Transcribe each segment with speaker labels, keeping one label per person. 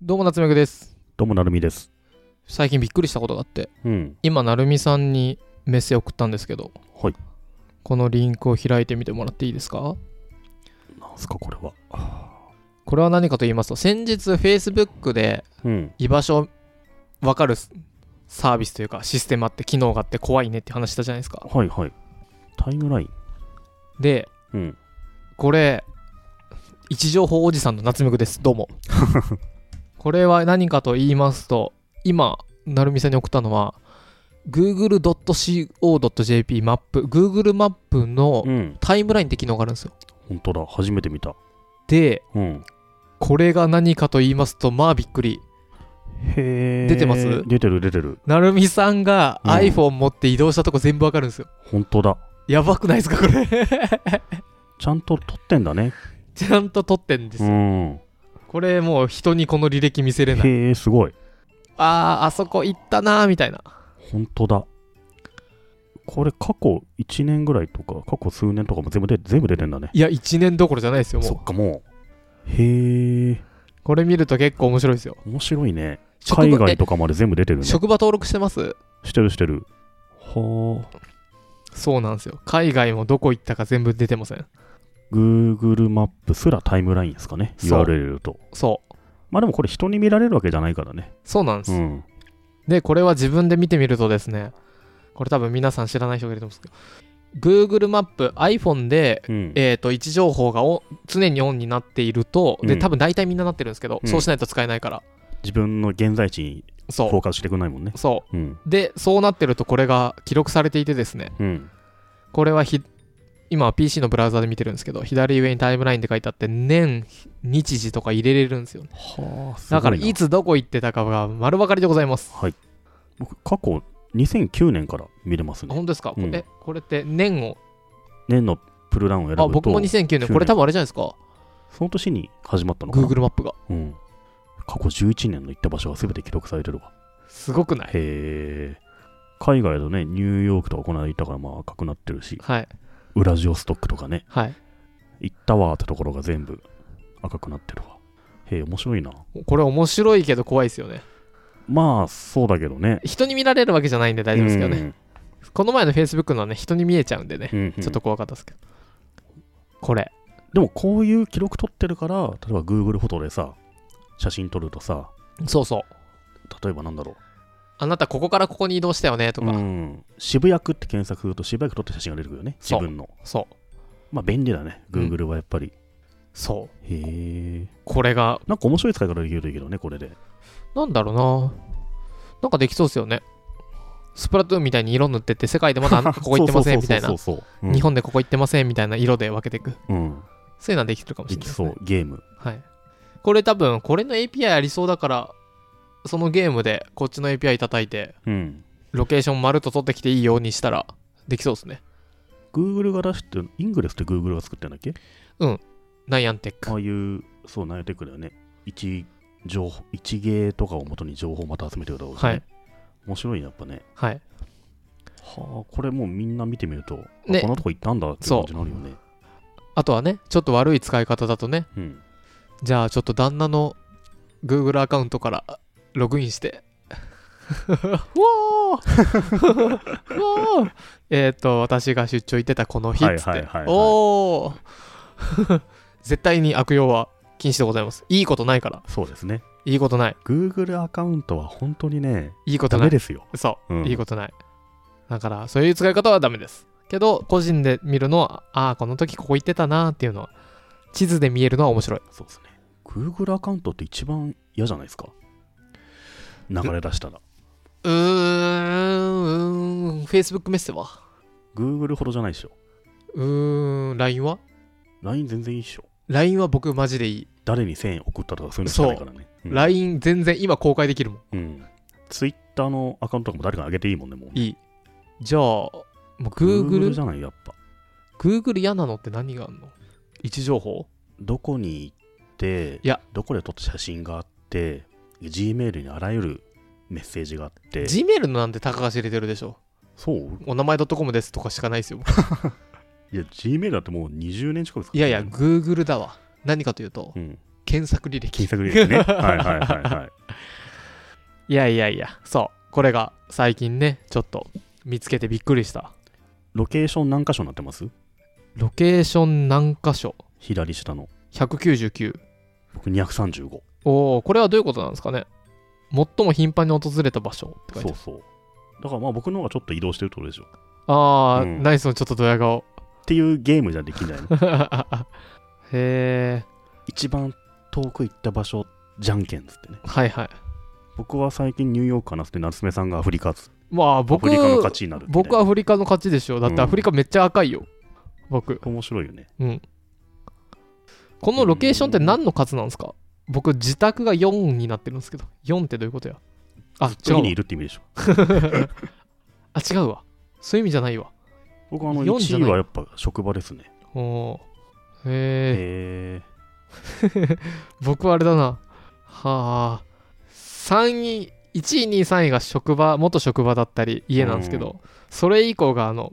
Speaker 1: どうも夏目くです
Speaker 2: どうもなるみです。
Speaker 1: 最近びっくりしたことがあって
Speaker 2: うん。
Speaker 1: 今なるみさんにメッセ送ったんですけど
Speaker 2: はい
Speaker 1: このリンクを開いてみてもらっていいですか
Speaker 2: なんすかこれは。
Speaker 1: これは何かと言いますと先日 Facebook で
Speaker 2: うん。
Speaker 1: 居場所分かるサービスというかシステムあって機能があって怖いねって話したじゃないですか
Speaker 2: はいはい。タイムライン。
Speaker 1: で
Speaker 2: うん。
Speaker 1: これ位置情報おじさんの夏目くです どうもこれは何かと言いますと今なるみさんに送ったのは google.co.jp マップ Google マップの
Speaker 2: うん。
Speaker 1: タイムラインって機能があるんですよ
Speaker 2: 本当だ。初めて見た。
Speaker 1: で
Speaker 2: うん。
Speaker 1: これが何かと言いますとまあびっくり
Speaker 2: へ
Speaker 1: 出てます
Speaker 2: 出てる出てる。
Speaker 1: なるみさんが
Speaker 2: うん
Speaker 1: iPhone 持って移動したとこ全部わかるんですよ、
Speaker 2: 本当だ。
Speaker 1: やばくないですかこれ
Speaker 2: ちゃんと撮ってんだね。
Speaker 1: ちゃんと撮ってんです
Speaker 2: う
Speaker 1: よ、
Speaker 2: ん。
Speaker 1: これもう人にこの履歴見せれ ない
Speaker 2: へえ、すごい。
Speaker 1: あーあそこ行ったなーみたいな
Speaker 2: 本当だ。これ過去1年ぐらいとか、過去数年とかも全部で全部出てんだね。
Speaker 1: いや、1年どころじゃないですよ、も
Speaker 2: そうっ。か、もう。へえ、
Speaker 1: これ見ると結構面白いですよ。
Speaker 2: 面白いね。
Speaker 1: 職
Speaker 2: 海
Speaker 1: 場
Speaker 2: 外とかまで全部出てる
Speaker 1: え
Speaker 2: ね。
Speaker 1: 職場登録してます
Speaker 2: してるしてる。はあ。
Speaker 1: そうなんですよ。海外もどこ行ったか全部出てません。
Speaker 2: Google マップすらタイムラインですかね、
Speaker 1: そう
Speaker 2: URL と。
Speaker 1: そう。
Speaker 2: まあでもこれ人に見られるわけじゃないからね。
Speaker 1: そうなんです。
Speaker 2: うん。
Speaker 1: で、これは自分で見てみるとですね、これ多分皆さん知らない人がいると思うんですけど、Google マップ、iPhone で、
Speaker 2: うん、
Speaker 1: えー、と位置情報がお常にオンになっていると、
Speaker 2: う
Speaker 1: で
Speaker 2: ん
Speaker 1: 多分大体みんななってるんですけど、
Speaker 2: うん
Speaker 1: そうしないと使えないから
Speaker 2: 自分の現在地にフォ
Speaker 1: そ
Speaker 2: ーカスしてくんないもんね
Speaker 1: う。そ
Speaker 2: うん。
Speaker 1: うでそうなってるとこれが記録されていてですね
Speaker 2: うん。
Speaker 1: これはひ今は PC のブラウザで見てるんですけど左上にタイムラインって書いてあって年日時とか入れれるんですよね
Speaker 2: はあ、すご
Speaker 1: だから
Speaker 2: いない
Speaker 1: つどこ行ってたかが丸分かりでございます
Speaker 2: 僕、過去2009年から見れます
Speaker 1: あ
Speaker 2: ね。
Speaker 1: 本当ですか、こ
Speaker 2: うん
Speaker 1: えこれって年を
Speaker 2: 年のプルラウンを選ぶと、
Speaker 1: あ僕も2009
Speaker 2: 9
Speaker 1: 年
Speaker 2: 年
Speaker 1: これ多分あれじゃないですか
Speaker 2: その年に始まったのかな。
Speaker 1: Google マップが
Speaker 2: うん。過去11年の行った場所が全て記録されてるわ。
Speaker 1: すごくない
Speaker 2: へえ。海外だとね、ニューヨークとかこの間行ったからまあ赤くなってるし、
Speaker 1: はい
Speaker 2: ウラジオストックとかね。
Speaker 1: はい
Speaker 2: 行ったわーってところが全部赤くなってるわへえ面白いな
Speaker 1: これ面白いけど怖いですよね
Speaker 2: まあそうだけどね
Speaker 1: 人に見られるわけじゃないんで大丈夫ですけどね、この前の Facebook のはね人に見えちゃうんでね、
Speaker 2: うんうんうん
Speaker 1: ちょっと怖かったですけどこれ
Speaker 2: でもこういう記録取ってるから例えば Google フォトでさ写真撮るとさ
Speaker 1: そうそう
Speaker 2: 例えばなんだろ
Speaker 1: あなたここからここに移動したよね
Speaker 2: う
Speaker 1: とか、
Speaker 2: うん渋谷区って検索すると渋谷区撮った写真が出てくるよね自
Speaker 1: そう
Speaker 2: 分の
Speaker 1: そう
Speaker 2: まあ便利だね
Speaker 1: うん
Speaker 2: Google はやっぱり、
Speaker 1: そう
Speaker 2: へえ
Speaker 1: これが
Speaker 2: なんか面白い使い方できるといいけどねこれで
Speaker 1: なんだろうな。なんかできそうですよね。スプラトゥーンみたいに色塗ってって、世界でま だここ行ってませんみたいな
Speaker 2: そう。そうそうそう、うん
Speaker 1: 日本でここ行ってませんみたいな色で分けていく。
Speaker 2: うん
Speaker 1: そういうのはできてるかもし
Speaker 2: で
Speaker 1: れない
Speaker 2: き
Speaker 1: です
Speaker 2: そ
Speaker 1: ね、
Speaker 2: うゲーム
Speaker 1: はい。これ多分、これの API ありそうだから、そのゲームでこっちの API 叩いて、
Speaker 2: うん
Speaker 1: ロケーション丸っと取ってきていいようにしたら、できそうですね。
Speaker 2: Google が出してイングレスって Google が作ってんだっけ
Speaker 1: ナイアンテック。
Speaker 2: ああいう、そう、ナイアテックだよね。一情報、一芸とかを元に情報をまた集めてるだろうしね。
Speaker 1: はい
Speaker 2: 面白いねやっぱね。
Speaker 1: はい。
Speaker 2: はあ、これもうみんな見てみると、あ
Speaker 1: ね
Speaker 2: こんなとこ行ったんだって
Speaker 1: そ
Speaker 2: 感
Speaker 1: う
Speaker 2: じになるよね。
Speaker 1: あとはね、ちょっと悪い使い方だとね、
Speaker 2: うん。
Speaker 1: じゃあちょっと旦那の Google アカウントからログイン して。う おーうおーえっと、私が出張行ってたこの日っつっ
Speaker 2: はいはい
Speaker 1: て
Speaker 2: はいはい。
Speaker 1: おお 絶対に悪用は禁止でございます。いいことないから。
Speaker 2: そうですね。
Speaker 1: いいことない。
Speaker 2: Google アカウントは本当にね、
Speaker 1: いいこと
Speaker 2: ダ
Speaker 1: な
Speaker 2: メ
Speaker 1: い。
Speaker 2: ですよ。
Speaker 1: そう、
Speaker 2: うん
Speaker 1: いいことない。だから、そういう使い方はダメです。けど、個人で見るのは、ああ、この時ここ行ってたなーっていうのは、地図で見えるのは面白い。
Speaker 2: そうですね。Google アカウントって一番嫌じゃないですか。流れ出したら。
Speaker 1: うーん、Facebook メッセは
Speaker 2: Google ほどじゃないでしょ。
Speaker 1: うーん、LINE は
Speaker 2: LINE 全然いいでしょ。
Speaker 1: ?LINE は僕マジでいい。
Speaker 2: 誰に1000円送ったとかそういうのしかないからね。うん
Speaker 1: LINE 全然今公開できるもん。
Speaker 2: うん。Twitter のアカウントとかも誰かに上げていいもんね、もうね。
Speaker 1: いい。じゃあ、もう
Speaker 2: Google
Speaker 1: Google、
Speaker 2: じゃないやっぱ
Speaker 1: Google 嫌なのって何があんの位置情報
Speaker 2: どこに行って
Speaker 1: いや
Speaker 2: どこで撮った写真があって Gmail にあらゆるメッセージがあって
Speaker 1: ?Gmail のなんて高が知れてるでしょ。
Speaker 2: そう
Speaker 1: お名前 .com ですとかしかないです よ。
Speaker 2: いや Gmail だってもう20年近く使って
Speaker 1: いやいや、Google だわ。何かというと、
Speaker 2: うん
Speaker 1: 検索履歴
Speaker 2: 検索履歴ね。はいはいはいはい。
Speaker 1: いやいやいやそうこれが最近ねちょっと見つけてびっくりした
Speaker 2: ロケーション何箇所になってます
Speaker 1: ロケーション何箇所
Speaker 2: 左下の。
Speaker 1: 199
Speaker 2: 僕235。
Speaker 1: おおこれはどういうことなんですかね最も頻繁に訪れた場所って書いてあ
Speaker 2: そうそう。だからまあ僕の方がちょっと移動してるってことでしょ。
Speaker 1: るああ、
Speaker 2: うん
Speaker 1: ナイスのちょっとドヤ顔。
Speaker 2: っていうゲームじゃできないの
Speaker 1: へえ
Speaker 2: 一番遠く行った場所、じゃんけんっつってね。
Speaker 1: はいはい
Speaker 2: 僕は最近ニューヨークかなっつって夏目さんがアフリカっつって
Speaker 1: まあ
Speaker 2: ア
Speaker 1: 僕
Speaker 2: フリカの勝ちになるってね
Speaker 1: 僕アフリカの勝ちでしょだってアフリカめっちゃ赤いよ、僕
Speaker 2: 面白いよね。
Speaker 1: うんこのロケーションって何の数なんですか僕自宅が4になってるんですけど4ってどういうことやあ違
Speaker 2: 次に
Speaker 1: う
Speaker 2: いるって意味でしょ。
Speaker 1: わ あ違うわそういう意味じゃないわ
Speaker 2: 僕あの
Speaker 1: 四じゃ
Speaker 2: 1
Speaker 1: な
Speaker 2: 位
Speaker 1: い
Speaker 2: はやっぱ職場ですね。
Speaker 1: おおーへえ
Speaker 2: へえ。
Speaker 1: 僕はあれだなはあ3位1位2位3位が職場元職場だったり家なんですけど、それ以降があの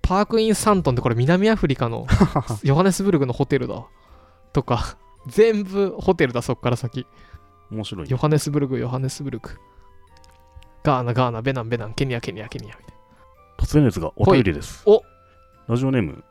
Speaker 1: パークインサントンってこれ南アフリカ のヨハネスブルグのホテルだとか全部ホテルだそっから先
Speaker 2: 面白い
Speaker 1: ヨ
Speaker 2: ね。
Speaker 1: ハネスブルグヨハネスブルグガーナガーナベナンベナンケニアケニアケニアみたい
Speaker 2: 突然ですが、お便りです。
Speaker 1: ほい
Speaker 2: ラジオネーム、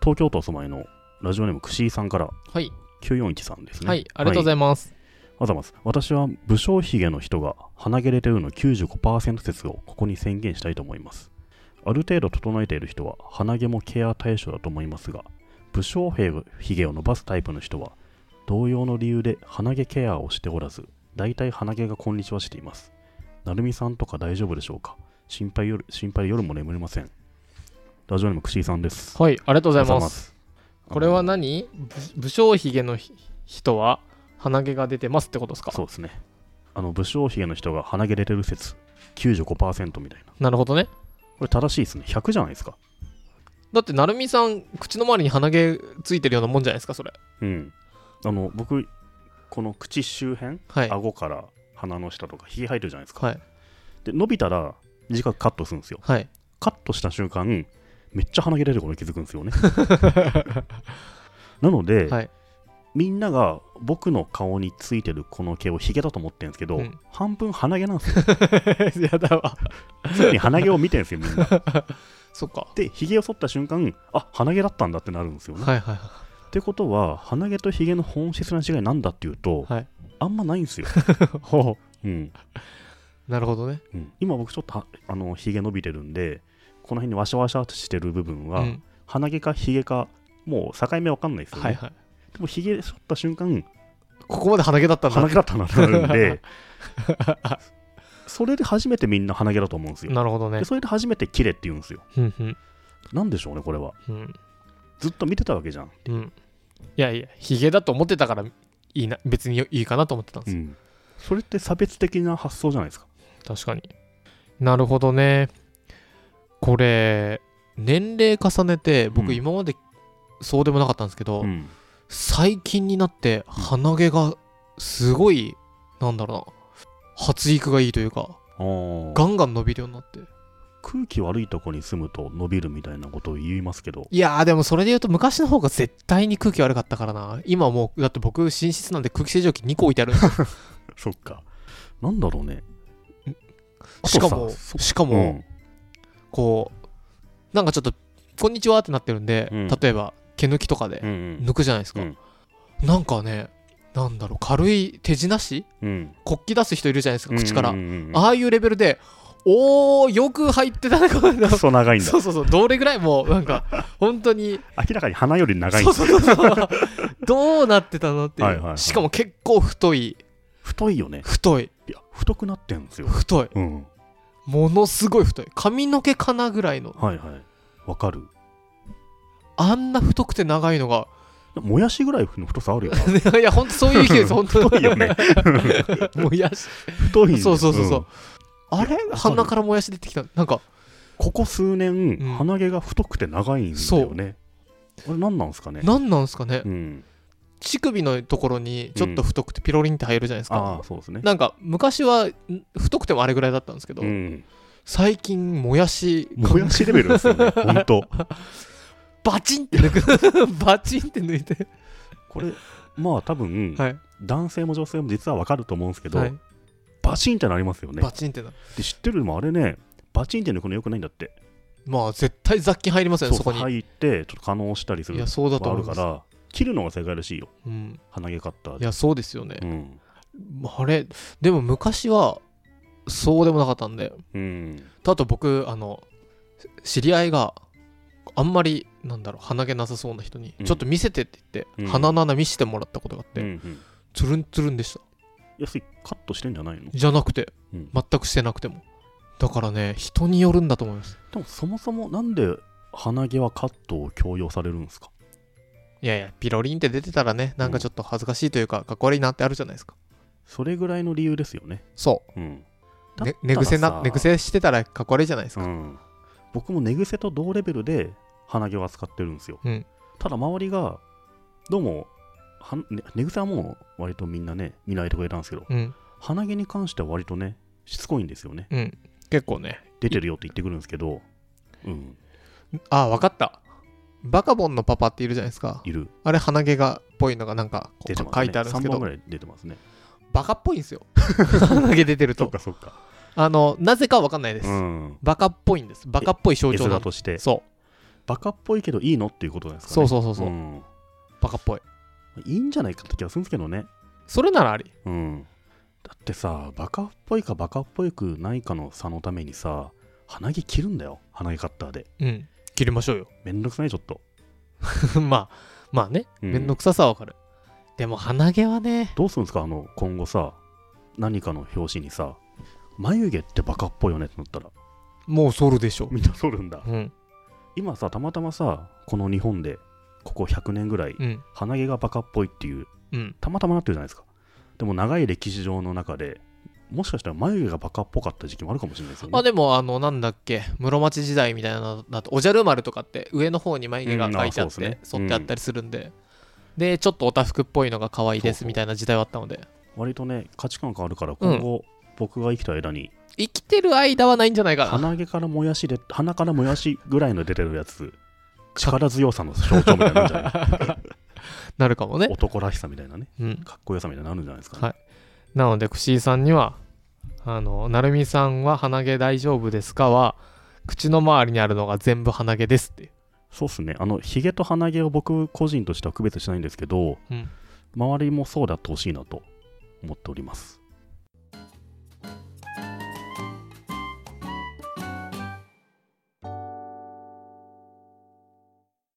Speaker 2: 東京都お住まいのラジオネーム、くしーさんから
Speaker 1: なはい、
Speaker 2: 941さんですね。
Speaker 1: はいありがとうございます、
Speaker 2: あざます。私は武将髭の人が鼻毛レテルの95%説をここに宣言したいと思います。ある程度整えている人は鼻毛もケア対象だと思いますが、武将髭を伸ばすタイプの人は同様の理由で鼻毛ケアをしておらず、大体鼻毛がこんにちはしています。なるみさんとか大丈夫でしょうか心配夜心配で夜も眠れません。ラジオネームくしーさんです。
Speaker 1: はいありがとうござい
Speaker 2: ありがとうご
Speaker 1: ます
Speaker 2: す。
Speaker 1: これは何ぶ武将髭のひ人は鼻毛が出てますってことですか
Speaker 2: そうですね。あの武将髭の人が鼻毛レテル説95%みたいな。
Speaker 1: なるほどね
Speaker 2: これ正しいですね。100じゃないですか。
Speaker 1: だって成美さん口の周りに鼻毛ついてるようなもんじゃないですかそれ
Speaker 2: うん。あの、僕、この口周辺、
Speaker 1: はい
Speaker 2: 顎から鼻の下とか、ひげ生えてるじゃないですか。
Speaker 1: はい
Speaker 2: で、伸びたら、短くカットするんですよ。
Speaker 1: はい
Speaker 2: カットした瞬間、めっちゃ鼻毛出てることに気づくんですよね。 なので、
Speaker 1: はい
Speaker 2: みんなが僕の顔についてるこの毛をヒゲだと思ってるんですけど、
Speaker 1: うん
Speaker 2: 半分鼻毛なんです よ。
Speaker 1: やだわ
Speaker 2: 常に鼻毛を見てるんですよ、みんな。
Speaker 1: そっか
Speaker 2: で、ヒゲを剃った瞬間、あ鼻毛だったんだってなるんですよね。
Speaker 1: はいはい
Speaker 2: ってことは、鼻毛とヒゲの本質な違いなんだっていうと、
Speaker 1: はい
Speaker 2: あんまないんですよ。
Speaker 1: ほ
Speaker 2: うん
Speaker 1: うなるほどね
Speaker 2: うん今僕ちょっとはあのひげ伸びてるんでこの辺にワシャワシャってしてる部分は、
Speaker 1: うん
Speaker 2: 鼻毛かひげかもう境目わかんないですよね、
Speaker 1: はいはい
Speaker 2: でもひげ剃った瞬間
Speaker 1: ここまで鼻毛だったんだ
Speaker 2: 鼻毛だったなってなるんで それで初めてみんな鼻毛だと思うんですよ、
Speaker 1: なるほどね
Speaker 2: でそれで初めて綺麗って言うんですよ
Speaker 1: うんうん
Speaker 2: なんでしょうねこれは
Speaker 1: うん
Speaker 2: ずっと見てたわけじゃん、
Speaker 1: うんいやいやヒゲだと思ってたからいいな別にいいかなと思ってたんですよ、
Speaker 2: それって差別的な発想じゃないですか
Speaker 1: 確かになるほどねこれ年齢重ねて
Speaker 2: うん
Speaker 1: 僕今までそうでもなかったんですけど、
Speaker 2: うん
Speaker 1: 最近になって鼻毛がすごい、なんだろうな発育がいいというか
Speaker 2: あー
Speaker 1: ガンガン伸びるようになって
Speaker 2: 空気悪いとこに住むと伸びるみたいなことを言いますけど
Speaker 1: いやーでもそれで言うと昔の方が絶対に空気悪かったからな今もうだって僕寝室なんで空気清浄機2個置い てあるんですよ
Speaker 2: そっか。なんだろうね。あと
Speaker 1: し
Speaker 2: さ
Speaker 1: かも
Speaker 2: そ
Speaker 1: しかもこうなんかちょっと「こんにちは」ってなってるんで、
Speaker 2: うん
Speaker 1: 例えば毛抜きとか
Speaker 2: う
Speaker 1: で
Speaker 2: んうん
Speaker 1: 抜くじゃないですか、
Speaker 2: うん
Speaker 1: なんかねなんだろう軽い手品師
Speaker 2: うん
Speaker 1: 国旗出す人いるじゃないです
Speaker 2: う
Speaker 1: か
Speaker 2: ん、
Speaker 1: 口から、
Speaker 2: うんうんうん
Speaker 1: ああいうレベルでおーよく入ってたねこれ
Speaker 2: クソ長いんだ。
Speaker 1: そうそうそうどれぐらいもうなん か本当に
Speaker 2: 明らかに鼻より長いん
Speaker 1: そう
Speaker 2: だ。
Speaker 1: そうそうそうどうなってたのっていう、
Speaker 2: はいはいはい
Speaker 1: しかも結構太い
Speaker 2: 太いよね。
Speaker 1: 太い
Speaker 2: いや、太くなってんですよ。
Speaker 1: 太い
Speaker 2: うん。
Speaker 1: ものすごい太い髪の毛かなぐらいの
Speaker 2: はいはい。わかる。
Speaker 1: あんな太くて長いのが
Speaker 2: もやしぐらいの太さあるよな。
Speaker 1: いや本当そういう意味 です本当
Speaker 2: 太いよね。
Speaker 1: もやし
Speaker 2: 太いんだよ
Speaker 1: そうそうそうそう、
Speaker 2: ん
Speaker 1: あれ鼻からもやし出てきたなんか
Speaker 2: ここ数年、
Speaker 1: うん
Speaker 2: 鼻毛が太くて長いんだよね。あれ何なんですかね。
Speaker 1: 何なんすかね、
Speaker 2: うん。
Speaker 1: 乳首のところにちょっと太くてピロリンって入るじゃないですか、
Speaker 2: ああ、そうですね。
Speaker 1: なんか昔はん太くてもあれぐらいだったんですけど、
Speaker 2: うん。
Speaker 1: 最近もやし
Speaker 2: もやしレベルですよ ね。本当。
Speaker 1: バチンって抜くバチンって抜いて
Speaker 2: これまあ多分、
Speaker 1: はい
Speaker 2: 男性も女性も実はわかると思うんですけど、
Speaker 1: はい
Speaker 2: バチンってなりますよね
Speaker 1: バチンってな
Speaker 2: で知ってるのもあれねバチンって抜くのよくないんだって
Speaker 1: まあ絶対雑菌入りますよねそこに
Speaker 2: 入ってちょっと可能したりす
Speaker 1: い
Speaker 2: る
Speaker 1: やそうだと
Speaker 2: あ
Speaker 1: 思い
Speaker 2: るか
Speaker 1: ます
Speaker 2: ら切るのが正解らしいよ
Speaker 1: うん
Speaker 2: 鼻毛カッター
Speaker 1: い
Speaker 2: で、
Speaker 1: やそうですよね
Speaker 2: うん
Speaker 1: あれでも昔はそうでもなかったんで
Speaker 2: うん、
Speaker 1: あと僕あの知り合いがあんまりなんだろう鼻毛なさそうな人に、
Speaker 2: うん
Speaker 1: ちょっと見せてって言って、
Speaker 2: うん
Speaker 1: 鼻の穴見せてもらったことがあっ
Speaker 2: う
Speaker 1: て、
Speaker 2: んうん、
Speaker 1: つるんつるんでした
Speaker 2: 安いカットしてんじゃないの、
Speaker 1: じゃなくて
Speaker 2: うん、
Speaker 1: 全くしてなくてもだからね人によるんだと思います
Speaker 2: でもそもそもなんで鼻毛はカットを強要されるんですか
Speaker 1: いやいやピロリンって出てたらねなんかちょっと恥ずかしいというかかっこ悪いなってあるじゃないですか
Speaker 2: それぐらいの理由ですよね、
Speaker 1: そ
Speaker 2: うん、
Speaker 1: う、ね、
Speaker 2: だ
Speaker 1: 寝
Speaker 2: ったらさ
Speaker 1: 癖な寝癖してたらかっこ悪いじゃないです
Speaker 2: う
Speaker 1: か、
Speaker 2: ん、僕も寝癖と同レベルで鼻毛は使ってるんですよ、
Speaker 1: うん
Speaker 2: ただ周りがどうもは、ね、寝癖はもう割とみんなね見ないでくれたんですけど
Speaker 1: うん
Speaker 2: 鼻毛に関しては割とねしつこいんですよね
Speaker 1: うん結構ね
Speaker 2: 出てるよって言ってくるんですけどうん
Speaker 1: あわかったバカボンのパパっているじゃないですか
Speaker 2: いる
Speaker 1: あれ鼻毛がっぽいのがなんかこう
Speaker 2: 出てますね
Speaker 1: 書いてあるんですけ
Speaker 2: 3
Speaker 1: ど
Speaker 2: 本ぐらい出てますね
Speaker 1: バカっぽいんですよ鼻毛出てると
Speaker 2: かそっか
Speaker 1: あのなぜかわかんないです、
Speaker 2: うん
Speaker 1: バカっぽいんですバカっぽい象
Speaker 2: 絵
Speaker 1: 徴な
Speaker 2: 面
Speaker 1: の
Speaker 2: として
Speaker 1: そ
Speaker 2: バカっぽいけどいいのっていうことなんで
Speaker 1: う
Speaker 2: すかね
Speaker 1: そうそうそうそう、
Speaker 2: ん
Speaker 1: バカっぽい
Speaker 2: いいんじゃないかって気がするんですけどね
Speaker 1: それならあり
Speaker 2: うんだってさバカっぽいかバカっぽくないかの差のためにさ鼻毛切るんだよ鼻毛カッターで
Speaker 1: うん切りましょうよ
Speaker 2: めんどくさいちょっと、
Speaker 1: まあまあね
Speaker 2: うん
Speaker 1: 面倒くささはわかる、でも鼻毛はね
Speaker 2: どうするんですかあの今後さ何かの表紙にさ眉毛ってバカっぽいよねってなったら
Speaker 1: もう剃るでしょ
Speaker 2: みんな剃るんだ
Speaker 1: うん
Speaker 2: 今さたまたまさこの日本でここ100年ぐらい
Speaker 1: うん
Speaker 2: 鼻毛がバカっぽいっていう
Speaker 1: うん
Speaker 2: たまたまなってるじゃないですかでも長い歴史上の中でもしかしたら眉毛がバカっぽかった時期もあるかもしれないですよね
Speaker 1: あでもあのなんだっけ室町時代みたいなのだとおじゃる丸とかって上の方に眉毛が描いてあって、
Speaker 2: うんあそうですね
Speaker 1: 剃ってあったりするんで、でちょっとおたふくっぽいのが可愛いで
Speaker 2: そう
Speaker 1: す
Speaker 2: そう
Speaker 1: みたいな時代はあったので
Speaker 2: 割とね価値観変わるから今後、僕が生きた間に
Speaker 1: 生きてる間はないんじゃないかな
Speaker 2: 鼻毛からもやしで鼻からもやしぐらいの出てるやつ力強さの象徴みたいになるんじゃ ない
Speaker 1: なるかもね、
Speaker 2: 男らしさみたいなね
Speaker 1: うん、
Speaker 2: かっこよさみたいになるんじゃないですか、ね
Speaker 1: はいなので串井さんには「あのなるみさんは鼻毛大丈夫ですか?」は口の周りにあるのが全部鼻毛ですっていう
Speaker 2: そうっすねあのひげと鼻毛を僕個人としては区別しないんですけど、
Speaker 1: うん
Speaker 2: 周りもそうであってほしいなと思っております